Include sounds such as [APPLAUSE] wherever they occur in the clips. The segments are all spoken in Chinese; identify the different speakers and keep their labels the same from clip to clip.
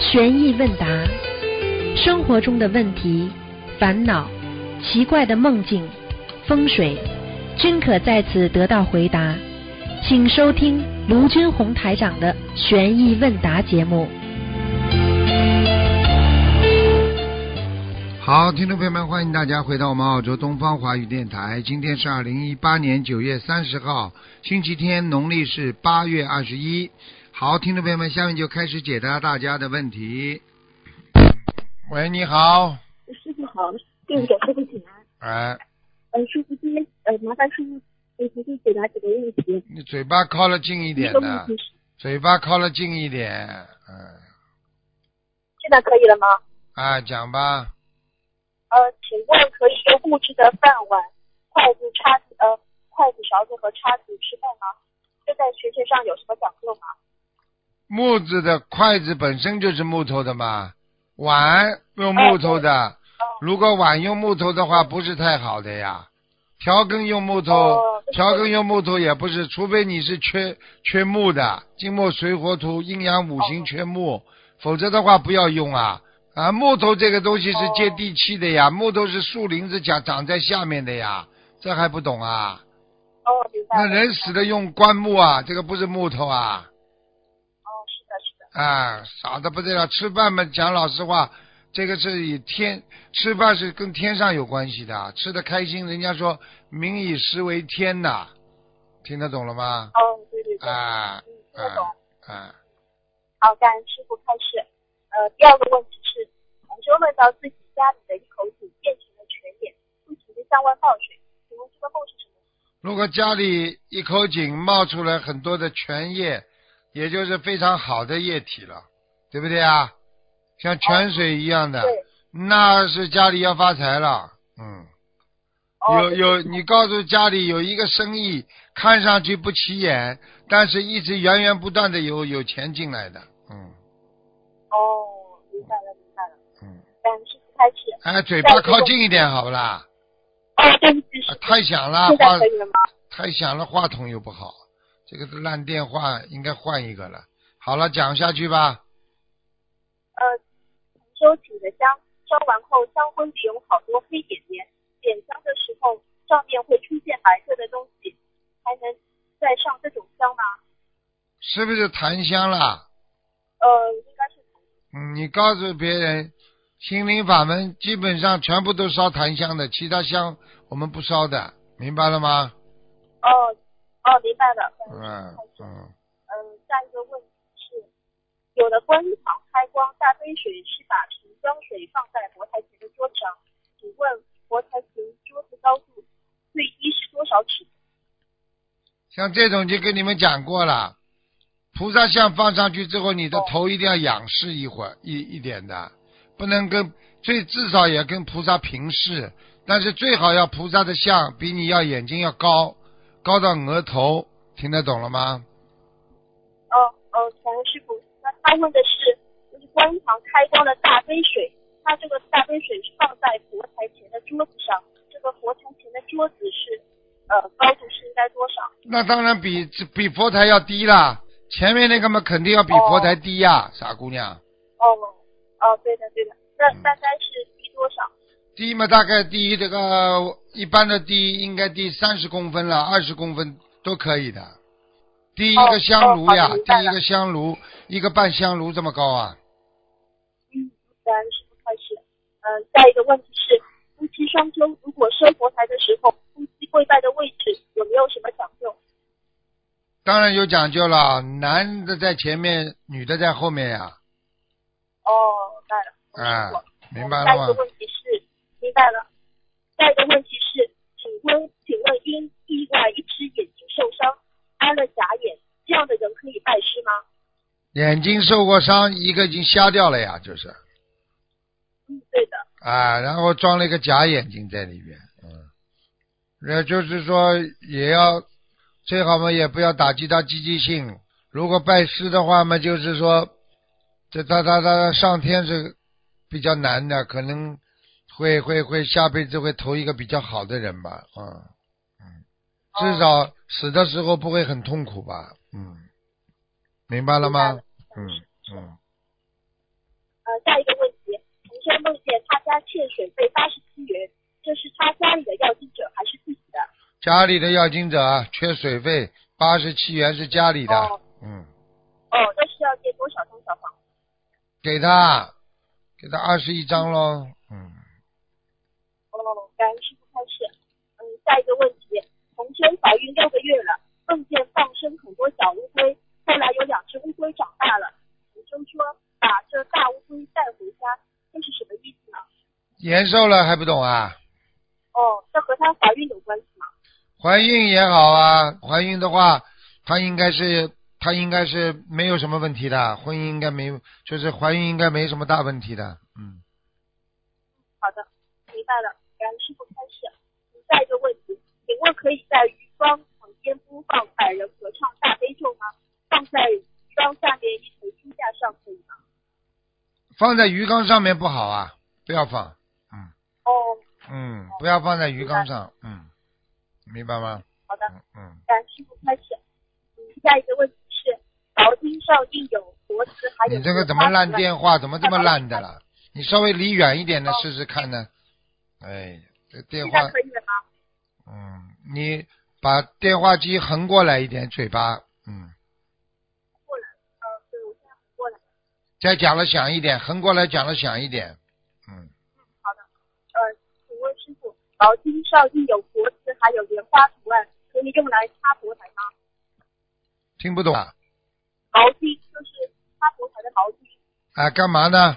Speaker 1: 悬疑问答，生活中的问题、烦恼、奇怪的梦境、风水，均可在此得到回答。请收听卢军红台长的悬疑问答节目。
Speaker 2: 好，听众朋友们，欢迎大家回到我们澳洲东方华语电台。今天是二零一八年九月三十号，星期天，农历是八月二十一。好，听众朋友们，下面就开始解答大家的问题。喂，你好，
Speaker 3: 师傅好，弟子给师傅请安。
Speaker 2: 哎，
Speaker 3: 呃，师傅今天呃，麻烦师傅给徒弟解答几个问题。
Speaker 2: 你嘴巴靠了近一
Speaker 3: 第一
Speaker 2: 点
Speaker 3: 个
Speaker 2: 的
Speaker 3: 问，题是，
Speaker 2: 嘴巴靠了近一点，嗯，
Speaker 3: 现在可以了吗？
Speaker 2: 啊，讲吧，
Speaker 3: 呃，请问可以用木质的饭碗、筷子、叉子呃筷子、勺子和叉子吃饭吗？这在学学上有什么讲究吗？
Speaker 2: 木质的筷子本身就是木头的嘛，碗用木头的，
Speaker 3: 哦、
Speaker 2: 如果碗用木头的话，不是太好的呀。调羹用木头
Speaker 3: 哦，
Speaker 2: 调羹用木头也不是，除非你是缺缺木的，金木水火土阴阳五行缺木，
Speaker 3: 哦
Speaker 2: 否则的话不要用啊。啊，木头这个东西是
Speaker 3: 哦
Speaker 2: 接地气的呀，木头是树林子长长在下面的呀，这还不懂啊？
Speaker 3: 哦，明白
Speaker 2: 那
Speaker 3: 了。
Speaker 2: 人死了用棺木啊，这个不是木头啊。
Speaker 3: 哦，是的，是的。
Speaker 2: 啊，傻的不得了！吃饭嘛，讲老实话，这个是以天吃饭是跟天上有关系的，啊吃的开心，人家说民以食为天呐、听得懂了吗？
Speaker 3: 哦，对对对。
Speaker 2: 啊
Speaker 3: 嗯，听得懂
Speaker 2: 啊。啊！
Speaker 3: 好，感恩师傅开始。呃，第二个问题是，同学问到自己家里的一口井变成了泉眼，不停的向外冒水，请问这个梦是什么？
Speaker 2: 如果家里一口井冒出来很多的泉液，也就是非常好的液体了，对不对啊？像泉水一样的，
Speaker 3: 哦对，
Speaker 2: 那是家里要发财了，嗯。有
Speaker 3: 哦，
Speaker 2: 有，你告诉家里有一个生意，看上去不起眼，但是一直源源不断的有有钱进来的，嗯
Speaker 3: 哦，明白了，明白了。
Speaker 2: 嗯，
Speaker 3: 感恩师傅开始。
Speaker 2: 哎，嘴巴靠近一点好不啦？
Speaker 3: 哦，对不起，师
Speaker 2: 啊
Speaker 3: 傅
Speaker 2: 太响了，
Speaker 3: 现
Speaker 2: 话
Speaker 3: 在可以了吗？
Speaker 2: 太响了，话筒又不好，这个是烂电话，应该换一个了。好了，讲下去吧。
Speaker 3: 呃，同修请的香，烧完后香灰里有好多黑点点，点香的时候上面会出现白色的东西，还能再上这种香吗？
Speaker 2: 是不是檀香啦？
Speaker 3: 呃，应该是同
Speaker 2: 嗯，你告诉别人，心灵法门基本上全部都烧檀香的，其他香我们不烧的，明白了吗？
Speaker 3: 哦哦，明白了。感恩师
Speaker 2: 嗯
Speaker 3: 傅开始。
Speaker 2: 嗯。
Speaker 3: 嗯，下一个问题是，有的观音堂开光大杯水是把瓶装水放在佛台前的桌子上，请问佛台前桌子高度最低是多少尺？
Speaker 2: 像这种就跟你们讲过了，菩萨像放上去之后，你的头一定要仰视一会儿一一点的，不能跟最至少也跟菩萨平视，但是最好要菩萨的像比你要眼睛要高，高到额头，听得懂了吗？
Speaker 3: 哦哦，感恩师傅。那他问的是，就是观音堂开光的大杯水，它这个大杯水是放在佛台前的桌子上，这个佛台前的桌子是呃高度是应该多少？
Speaker 2: 那当然比比佛台要低啦，前面那个嘛肯定要比佛台低呀，傻姑娘，
Speaker 3: 哦哦，对的对的，那大概是低多少？
Speaker 2: 低嘛大概低这个一般的低应该低三十公分了，二十公分都可以的。第一个香炉呀，
Speaker 3: 哦哦好的明白
Speaker 2: 第一
Speaker 3: 了
Speaker 2: 个香炉，一个半香炉这么高啊。
Speaker 3: 嗯，感恩师傅开始。呃，下一个问题是，夫妻双修如果收佛台的时候，夫妻跪拜的位置有没有什么讲究？
Speaker 2: 当然有讲究了，男的在前面，女的在后面呀、
Speaker 3: 哦，明白了。
Speaker 2: 啊，明白
Speaker 3: 下一
Speaker 2: 了
Speaker 3: 个
Speaker 2: 吗？
Speaker 3: 问题是，明白了。下一个问题是，请问，请问因意外一只眼睛受伤，安了假眼，这样的人可以拜师吗？
Speaker 2: 眼睛受过伤，一个已经瞎掉了呀，就是
Speaker 3: 嗯，对的。
Speaker 2: 啊，然后装了一个假眼睛在里面，嗯，也就是说也要最好嘛，也不要打击他积极性。如果拜师的话嘛，就是说这他他他上天是比较难的，可能会会会下辈子会投一个比较好的人吧，嗯嗯，至少死的时候不会很痛苦吧，嗯，明白了吗？
Speaker 3: 明白了
Speaker 2: 嗯嗯，
Speaker 3: 呃，下一个问题，同修梦见他家欠水费八十七元，这是他家里的要经者还是自己的？
Speaker 2: 家里的要经者啊缺水费八十七元是家里的，
Speaker 3: 哦
Speaker 2: 嗯，
Speaker 3: 哦，那是要借多少张小房子？
Speaker 2: 给他，给他二十一张喽，嗯，
Speaker 3: 哦，感恩师傅开示。嗯，下一个问题，同修怀孕六个月了，梦见放生很多小乌龟，后来有两只乌龟长大了，同修说把这大乌龟带回家，这是什么意思呢？
Speaker 2: 延寿了还不懂啊？
Speaker 3: 哦，这和她怀孕有关系吗？
Speaker 2: 怀孕也好啊，怀孕的话，她应该是她应该是没有什么问题的，婚姻应该没就是怀孕应该没什么大问题的，嗯，
Speaker 3: 好的，明白了，感恩师傅开始。下一个问题，请问可以在鱼缸旁边播放百人合唱大悲咒吗？放在鱼缸下面一头猪架上可以吗？
Speaker 2: 放在鱼缸上面不好啊，不要放，
Speaker 3: 哦，
Speaker 2: 嗯，不要放在鱼缸上，嗯，明白吗？
Speaker 3: 好的，
Speaker 2: 嗯嗯，
Speaker 3: 感恩师傅开始。嗯，下一个问题是，毛巾上印有佛词，还有
Speaker 2: 你这个怎么烂电话怎么这么烂的了？你稍微离远一点的
Speaker 3: 哦
Speaker 2: 试试看呢，哎，这电
Speaker 3: 现
Speaker 2: 话
Speaker 3: 在可以了吗？
Speaker 2: 嗯，你把电话机横过来一点，嘴巴，嗯，
Speaker 3: 过来，呃，对，我现在过来。
Speaker 2: 再讲了响一点，横过来讲了响一点，嗯，
Speaker 3: 呃，请问师傅，毛巾上印有佛词，还有莲花图案，可以用来擦佛台吗？
Speaker 2: 听不懂啊？
Speaker 3: 毛巾就是擦佛台的毛巾。
Speaker 2: 啊，干嘛呢？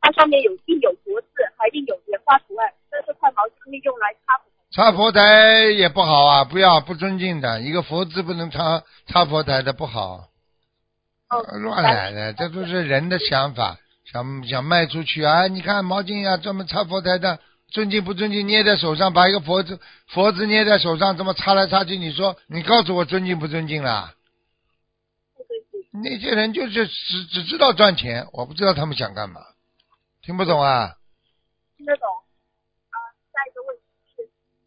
Speaker 3: 它上面有印有国字，还印有莲花图案。那这块毛巾可以用来擦粉。
Speaker 2: 擦佛台也不好啊，不要不尊敬的，一个佛字不能擦擦佛台的不好，
Speaker 3: 哦
Speaker 2: 呃 [LAUGHS] 乱来的，这都是人的想法，想想卖出去啊！你看毛巾啊，专门擦佛台的，尊敬不尊敬？捏在手上，把一个佛字佛字捏在手上，这么擦来擦去，你说你告诉我尊敬不尊敬啦？
Speaker 3: 对对对，
Speaker 2: 那些人就是只只知道赚钱，我不知道他们想干嘛，听不懂啊？
Speaker 3: 听得懂。啊，下一个问题是，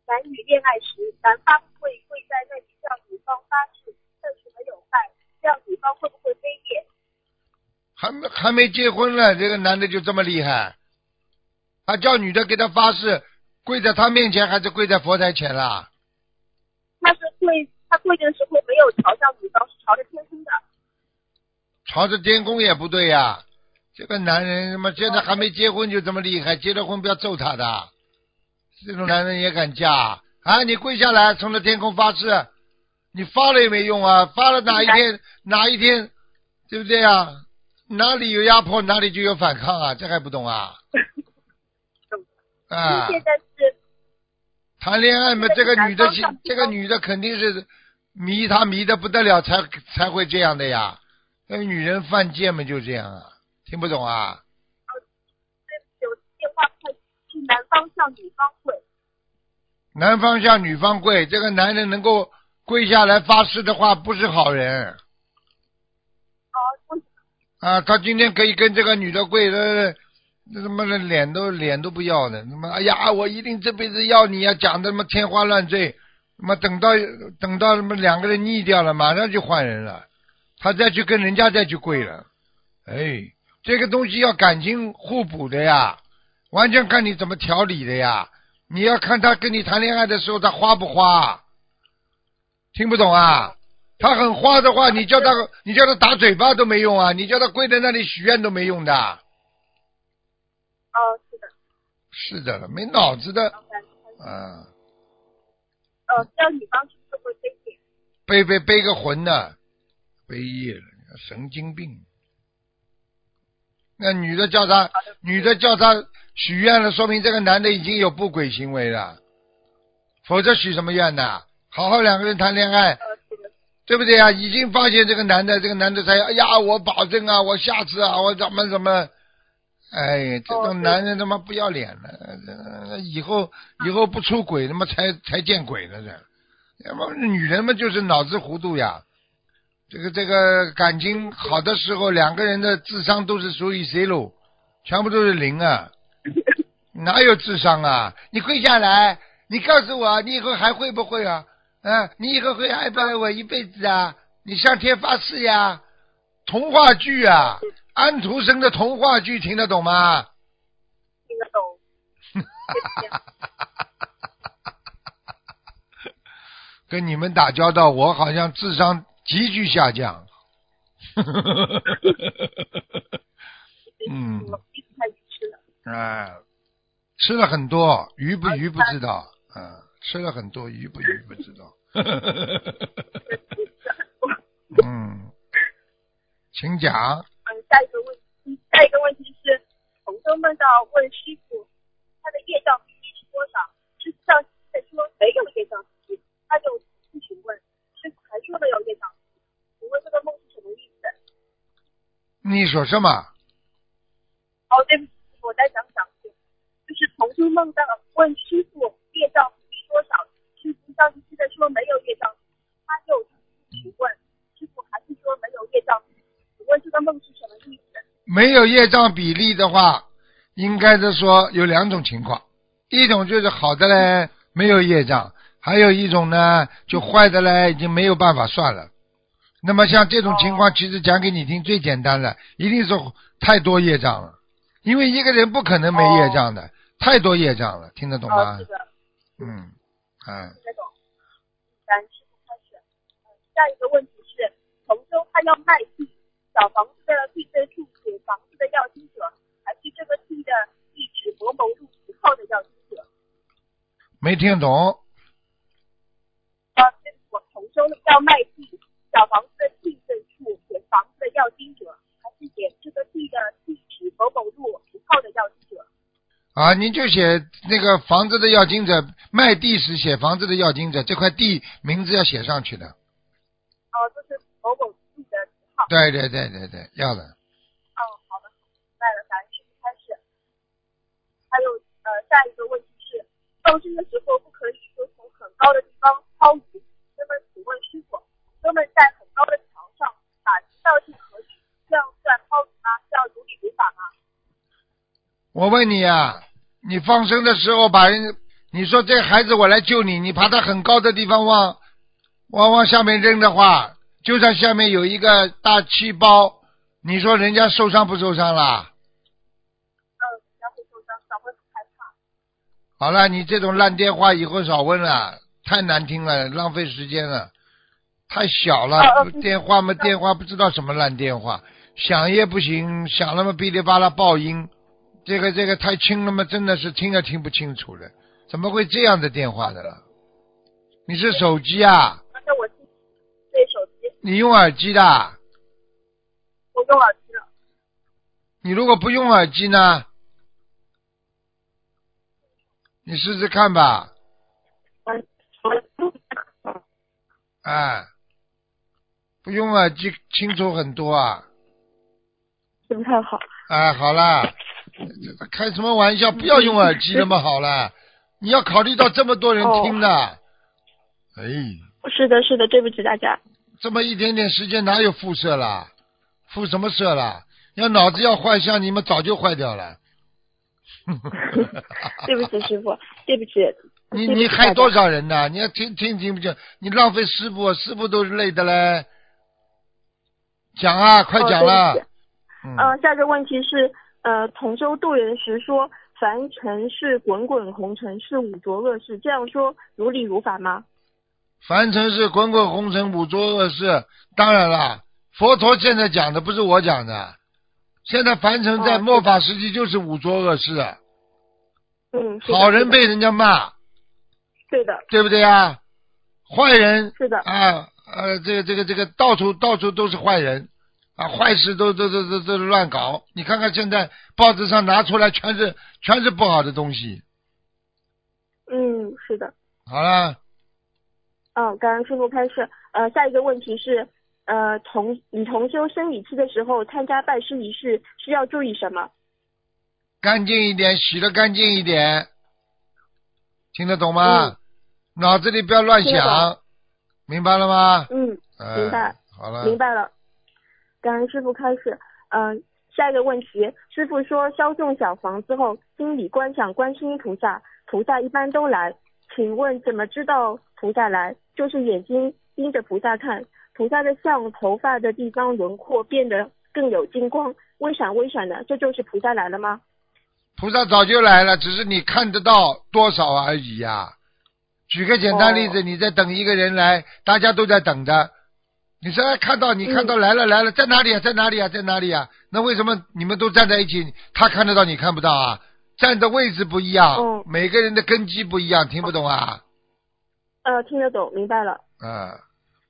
Speaker 3: 男女恋爱时，男方会跪在那里向女方发誓对什么有害，这样女方会不会卑劣？
Speaker 2: 还没还没结婚呢，这个男的就这么厉害，他叫女的给他发誓，跪在他面前还是跪在佛台前啦？
Speaker 3: 他是跪，他跪着的时候没有朝向女方，是朝着天空的。
Speaker 2: 啊朝着天空也不对呀、这个男人他妈现在还没结婚就这么厉害，结了婚不要揍他的，这种男人也敢嫁啊！你跪下来，冲着天空发誓，你发了也没用啊，发了哪一天哪一天，对不对啊？哪里有压迫，哪里就有反抗啊，这还不懂啊？啊！
Speaker 3: 嗯现在是
Speaker 2: 谈恋爱嘛，这
Speaker 3: 这
Speaker 2: 个
Speaker 3: 个
Speaker 2: 女的
Speaker 3: 男方，
Speaker 2: 这个女的肯定是迷他迷的不得了，才才会这样的呀。那个女人犯贱嘛，就这样啊，听不懂啊？
Speaker 3: 有电话快，是男方向女方哦跪。
Speaker 2: 男方向女方跪，这个男人能够跪下来发誓的话，不是好人
Speaker 3: 哦、为什么？
Speaker 2: 啊。他今天可以跟这个女的跪，呃那他妈的脸都脸都不要的，他妈哎呀，我一定这辈子要你啊，讲的他妈天花乱坠，他妈等到等到他妈两个人腻掉了，马上就换人了，他再去跟人家再去跪了，哎，这个东西要感情互补的呀，完全看你怎么调理的呀，你要看他跟你谈恋爱的时候他花不花，听不懂啊？他很花的话，你叫他你叫他打嘴巴都没用啊，你叫他跪在那里许愿都没用的。
Speaker 3: 哦、是的，
Speaker 2: 是的了，没脑子的
Speaker 3: 然，后感恩
Speaker 2: 啊，
Speaker 3: 呃，这样女方是不是会卑劣？
Speaker 2: 背背背个魂呢，背业了，神经病。那女的叫他，女的叫他许愿了，说明这个男的已经有不轨行为了，否则许什么愿呢？好好两个人谈恋爱，
Speaker 3: 呃，是的。
Speaker 2: 对不对啊？已经发现这个男的，这个男的才哎呀，我保证啊，我下次啊，我怎么怎么，哎，这
Speaker 3: 哦
Speaker 2: 种
Speaker 3: 对
Speaker 2: 男人他妈不要脸了，呃以后以后不出轨他妈才才见鬼了这，要么女人嘛就是脑子糊涂呀。这个这个感情好的时候，两个人的智商都是属于 zero，全部都是零啊，哪有智商啊？你跪下来，你告诉我，你以后还会不会啊？啊，你以后会爱不爱我一辈子啊？你向天发誓呀、童话剧啊，安徒生的童话剧听得懂吗？
Speaker 3: 听得
Speaker 2: [LAUGHS]
Speaker 3: 懂。谢谢
Speaker 2: 跟你们打交道，我好像智商急剧下降。嗯，
Speaker 3: 开始吃 [LAUGHS] 了。
Speaker 2: 哎、吃了很多鱼不鱼不知道，嗯、吃了很多鱼不鱼不知道。嗯，请讲。
Speaker 3: 嗯，下一个问题，下一个问题是，同修梦到问师傅，他的业障比例是多少？师傅上在说没有业障比例，他就去询问，师傅还说没有业障比例，请问这个梦是什么意思？
Speaker 2: 你说什么？
Speaker 3: 哦，对不起，我再想想，就是同修梦到问师傅业障比例多少，师傅上一次在说没有业障比例，他就去询问，师傅还是说没有业障比例，请问这个梦是什么意思？
Speaker 2: 没有业障比例的话，应该是说有两种情况，一种就是好的嘞，没有业障；还有一种呢，就坏的嘞，已经没有办法算了。那么像这种情
Speaker 3: 哦
Speaker 2: 况，其实讲给你听最简单了，一定是太多业障了，因为一个人不可能没业障的，太多业障了，听得懂
Speaker 3: 哦，
Speaker 2: 吗
Speaker 3: 是？的。
Speaker 2: 嗯，哎，
Speaker 3: 那种。咱师傅开始。嗯，下一个问题是，同修他要卖地，小房子的地震处给房子的要经者，还是这个地的地址某某路十号的要经者？
Speaker 2: 没听懂。
Speaker 3: 啊，这是我同修要卖地，小房子的地震处给房子的要经者，还是给这个地的地址某某路十号的要经者？
Speaker 2: 啊，你就写那个房子的要经者，卖地时写房子的要经者，这块地名字要写上去的。
Speaker 3: 哦、就是某某地的十号。
Speaker 2: 对对对对对，要的。
Speaker 3: 哦，好的，明白了，咱师傅开始。还有呃，下一个问题是，放生的时候不可以说从很高的地方抛鱼。那么请问师傅，哥们在很高的桥上把鱼倒进河里，这样算抛鱼吗？这样如理如法吗？
Speaker 2: 我问你啊，你放生的时候把人，你说这孩子我来救你，你把他很高的地方往往往下面扔的话，就算下面有一个大气包，你说人家受伤不受伤啦？
Speaker 3: 嗯，然后受伤，小会很害怕。
Speaker 2: 好了，你这种烂电话以后少问了，太难听了，浪费时间了，太小了。
Speaker 3: 哦哦
Speaker 2: 不电话嘛，电话不知道什么烂电话，响也不行，响了嘛哔哩吧啦爆音，这个这个太轻了嘛，真的是听也听不清楚了，怎么会这样的电话的了？你是手机啊？
Speaker 3: 而且我自己对手机，
Speaker 2: 你用耳机的啊？
Speaker 3: 我用耳机了，
Speaker 2: 你如果不用耳机呢？你试试看吧。
Speaker 4: 嗯
Speaker 2: 哎，不用耳机清楚很多啊！
Speaker 4: 不太好。
Speaker 2: 哎，好啦，开什么玩笑？不
Speaker 4: [LAUGHS]
Speaker 2: 要用耳机那么好啦，你要考虑到这么多人听的。
Speaker 4: 哦
Speaker 2: 哎，
Speaker 4: 是的，是的，对不起大家。
Speaker 2: 这么一点点时间哪有辐射啦？辐什么射啦？要脑子要坏，像你们早就坏掉了。
Speaker 4: 对不起师傅，对不起。对
Speaker 2: 你
Speaker 4: 不起
Speaker 2: 你
Speaker 4: 大
Speaker 2: 害
Speaker 4: 家
Speaker 2: 多少人呢？你要听听听不听？你浪费师傅，师傅都是累的嘞。讲啊，快讲
Speaker 4: 哦
Speaker 2: 啦
Speaker 4: 对不。起
Speaker 2: 嗯
Speaker 4: 呃，下一个问题是，呃，同修渡人时说“凡尘是滚滚红尘，是五浊恶世”，这样说如理如法吗？
Speaker 2: 凡尘是滚滚红尘，五浊恶世。当然啦，佛陀现在讲的不是我讲的，现在凡尘在
Speaker 4: 哦
Speaker 2: 末法时期就是五浊恶世啊。
Speaker 4: 嗯，是的
Speaker 2: 好人
Speaker 4: 是的
Speaker 2: 被人家骂，
Speaker 4: 对的，
Speaker 2: 对不对啊？坏人
Speaker 4: 是的，
Speaker 2: 啊，呃，这个这个这个，到处到处都是坏人啊，坏事都都都都都乱搞。你看看现在报纸上拿出来全是全是不好的东西。
Speaker 4: 嗯，是的。
Speaker 2: 好了，
Speaker 4: 嗯，感恩师傅开示。呃，下一个问题是，呃，同女同修生理期的时候参加拜师仪式需要注意什么？
Speaker 2: 干净一点，洗的干净一点，听得懂吗？
Speaker 4: 嗯
Speaker 2: 脑子里不要乱
Speaker 4: 听得
Speaker 2: 想，明白了吗？
Speaker 4: 嗯，
Speaker 2: 嗯、
Speaker 4: 明白。
Speaker 2: 好了，
Speaker 4: 明白了，感恩师傅开始。嗯、下一个问题，师傅说烧种小房之后，心里观想观世音菩萨，菩萨一般都来，请问怎么知道菩萨来？就是眼睛盯着菩萨看，菩萨的像、头发的地方轮廓变得更有金光，微闪微闪的，这就是菩萨来了吗？
Speaker 2: 菩萨早就来了，只是你看得到多少而已呀、举个简单例子，
Speaker 4: 哦
Speaker 2: 你在等一个人来，大家都在等着。你说哎看到你
Speaker 4: 嗯
Speaker 2: 看到来了来了，在哪里啊？在哪里啊？在哪里啊？那为什么你们都站在一起，他看得到你看不到啊？站的位置不一样，
Speaker 4: 嗯
Speaker 2: 每个人的根基不一样，听不懂啊？
Speaker 4: 呃，听得懂，明白了。
Speaker 2: 啊，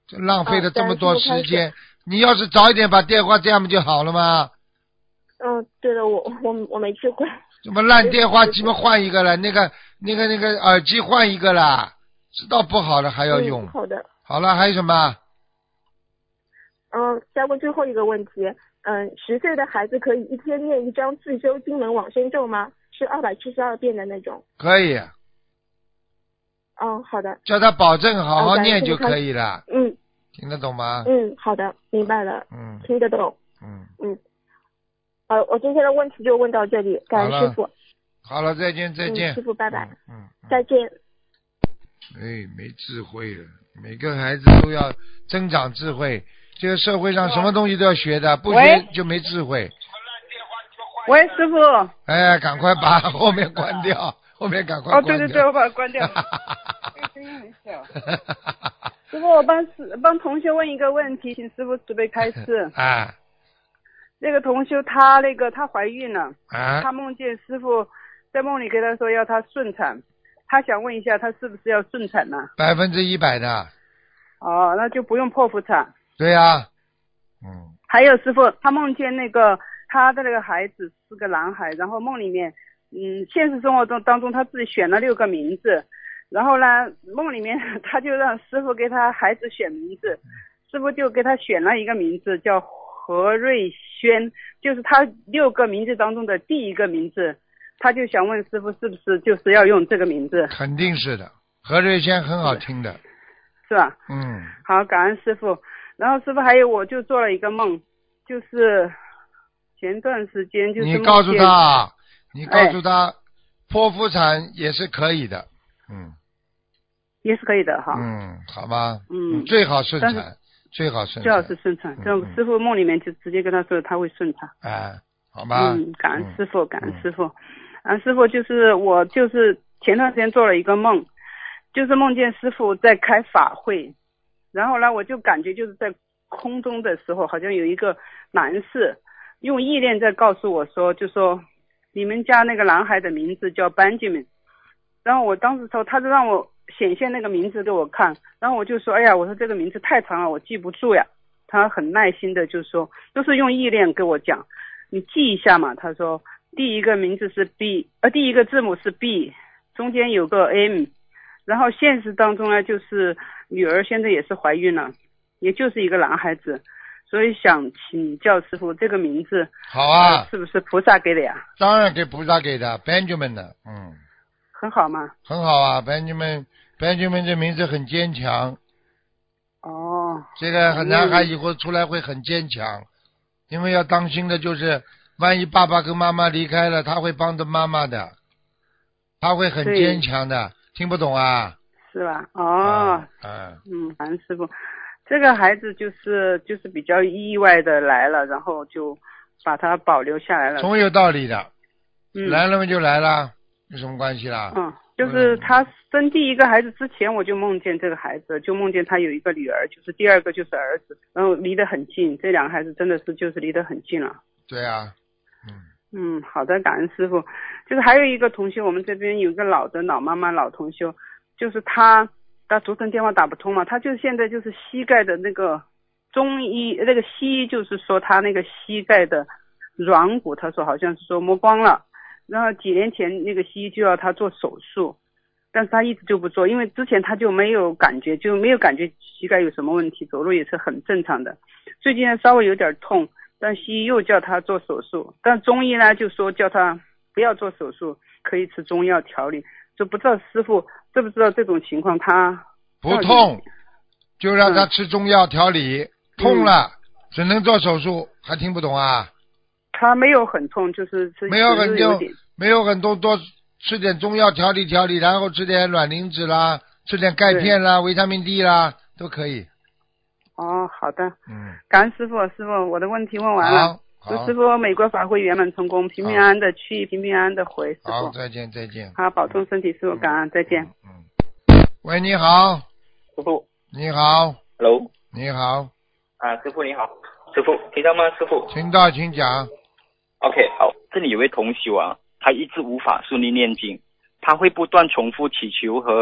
Speaker 2: 这浪费了这么多时
Speaker 4: 哦对
Speaker 2: 间。你要是早一点把电话这样不就好了吗？
Speaker 4: 嗯，对的，我我我没去过。
Speaker 2: 什么烂电话
Speaker 4: 对对
Speaker 2: 机嘛换一个了，那个那个那个耳机换一个啦，知道不好了还要用
Speaker 4: 嗯。。好的，
Speaker 2: 好了，还有什么？
Speaker 4: 嗯，再问最后一个问题，嗯，十岁的孩子可以一天念一张自修经文往生咒吗？是二百七十二遍的那种。
Speaker 2: 可以
Speaker 4: 嗯，好的，
Speaker 2: 叫他保证好好
Speaker 4: 好的
Speaker 2: 念
Speaker 4: 谢谢
Speaker 2: 就可以了，
Speaker 4: 嗯
Speaker 2: 听得懂吗？
Speaker 4: 嗯，好的，明白了，
Speaker 2: 嗯
Speaker 4: 听得懂。
Speaker 2: 嗯，
Speaker 4: 呃，我今天的问题就问到这里，感
Speaker 2: 好
Speaker 4: 恩
Speaker 2: 了
Speaker 4: 师傅，
Speaker 2: 好了，再见再见
Speaker 4: 嗯，师。傅拜拜，
Speaker 2: 嗯。嗯，
Speaker 4: 再见。
Speaker 2: 哎，没智慧了。每个孩子都要增长智慧，这个社会上什么东西都要学的，不学
Speaker 5: 喂
Speaker 2: 就没智慧。
Speaker 5: 喂，师傅。哦，
Speaker 2: 哎，赶快把后面关掉，后面赶快关掉。。
Speaker 5: 啊对对对，我把它关掉了。声音很小。 [LAUGHS] 师傅，我帮师帮同学问一个问题，请师傅慈悲开示
Speaker 2: [LAUGHS] 啊
Speaker 5: 那个同修她那个她怀孕了，
Speaker 2: 啊
Speaker 5: 她梦见师傅在梦里跟她说要她顺产，她想问一下她是不是要顺产呢、
Speaker 2: 百分之一百的，
Speaker 5: 哦，那就不用剖腹产。
Speaker 2: 对呀、嗯，
Speaker 5: 还有师傅，她梦见那个她的那个孩子是个男孩，然后梦里面，嗯，现实生活中当中她自己选了六个名字，然后呢，梦里面 [LAUGHS] 她就让师傅给她孩子选名字，师傅就给她选了一个名字叫何瑞轩，就是她六个名字当中的第一个名字，她就想问师傅是不是就是要用这个名字，
Speaker 2: 肯定是的。何瑞仙很好听的，
Speaker 5: 是吧？
Speaker 2: 嗯，
Speaker 5: 好，感恩师傅。然后师傅还有，我就做了一个梦，就是前段时间就是
Speaker 2: 你
Speaker 5: 梦
Speaker 2: 告诉
Speaker 5: 见
Speaker 2: 他，啊，你
Speaker 5: 哎
Speaker 2: 告诉他，剖腹产也是可以的，嗯
Speaker 5: 也是可以的哈，
Speaker 2: 嗯，好吗？
Speaker 5: 嗯
Speaker 2: 最好顺
Speaker 5: 但
Speaker 2: 产，最好顺
Speaker 5: 最好是
Speaker 2: 产，
Speaker 5: 顺产。
Speaker 2: 嗯
Speaker 5: 这种
Speaker 2: 嗯
Speaker 5: 师傅梦里面就直接跟他说他会顺产。
Speaker 2: 哎，好吧？
Speaker 5: 嗯，感恩师傅，感恩
Speaker 2: 嗯
Speaker 5: 师傅。啊，师傅就是我就是前段时间做了一个梦，就是梦见师傅在开法会，然后呢，我就感觉就是在空中的时候，好像有一个男士用意念在告诉我说，就说你们家那个男孩的名字叫 Benjamin。然后我当时说，他就让我显现那个名字给我看，然后我就说，哎呀，我说这个名字太长了，我记不住呀。他很耐心的就说，就是用意念给我讲，你记一下嘛。他说第一个名字是 B，呃，第一个字母是 B，中间有个 M，然后现实当中呢，就是女儿现在也是怀孕了，也就是一个男孩子，所以想请教师傅这个名字、呃
Speaker 2: 好啊，
Speaker 5: 是不是菩萨给的呀？
Speaker 2: 当然给菩萨给的，Benjamin 的，嗯，
Speaker 5: 很好吗？
Speaker 2: 很好啊，Benjamin，Benjamin 这名字很坚强，
Speaker 5: 哦，
Speaker 2: 这个很男孩
Speaker 5: 嗯
Speaker 2: 以后出来会很坚强，因为要当心的就是，万一爸爸跟妈妈离开了，他会帮着妈妈的，他会很
Speaker 5: 对
Speaker 2: 坚强的。听不懂啊？
Speaker 5: 是吧？哦，
Speaker 2: 啊，嗯，
Speaker 5: 嗯，樊师傅，这个孩子就是就是比较意外的来了，然后就把他保留下来了。
Speaker 2: 总有道理的，
Speaker 5: 嗯
Speaker 2: 来了嘛就来了，有什么关系啦？
Speaker 5: 嗯，就是他生第一个孩子之前，我就梦见这个孩子，就梦见他有一个女儿，就是第二个就是儿子，然后离得很近，这两个孩子真的是就是离得很近了。
Speaker 2: 对啊，
Speaker 5: 嗯，好的，感恩师傅。就是还有一个同学，我们这边有一个老的老妈妈、老同修，就是她，她昨天电话打不通嘛，她就是现在就是膝盖的那个中医那个西医，就是说她那个膝盖的软骨，她说好像是说磨光了，然后几年前那个西医就要她做手术，但是她一直就不做，因为之前她就没有感觉，就没有感觉膝盖有什么问题，走路也是很正常的，最近稍微有点痛，但西医又叫他做手术，但中医呢就说叫他不要做手术，可以吃中药调理。就不知道师傅知不知道这种情况他
Speaker 2: 不
Speaker 5: 道理
Speaker 2: 痛就让他
Speaker 5: 嗯
Speaker 2: 吃中药调理，痛
Speaker 5: 嗯
Speaker 2: 了只能做手术，还听不懂啊？
Speaker 5: 他没有很痛，就是是
Speaker 2: 没有很
Speaker 5: 只是有
Speaker 2: 多
Speaker 5: 点，
Speaker 2: 没有很多多吃点中药调理调理，然后吃点卵磷脂啦，吃点钙片啦、维他命 D 啦，都可以。
Speaker 5: 哦，好的，
Speaker 2: 嗯，
Speaker 5: 感恩师傅，师傅我的问题问完了，
Speaker 2: 好，好
Speaker 5: 祝师，傅美国法会圆满成功，平平安安的去，平平安安的回。师
Speaker 2: 好，
Speaker 5: 傅，
Speaker 2: 再见，再见。
Speaker 5: 好，保重身体，师傅，感恩，再见。
Speaker 2: 嗯。喂，你好，
Speaker 6: 师傅
Speaker 2: 你好，
Speaker 6: ，Hello，
Speaker 2: 你好，
Speaker 6: 啊，师傅你好，师傅听到吗？师傅
Speaker 2: 听到请讲。
Speaker 6: ，OK，好，这里有位同修啊，他一直无法顺利念经，他会不断重复祈求和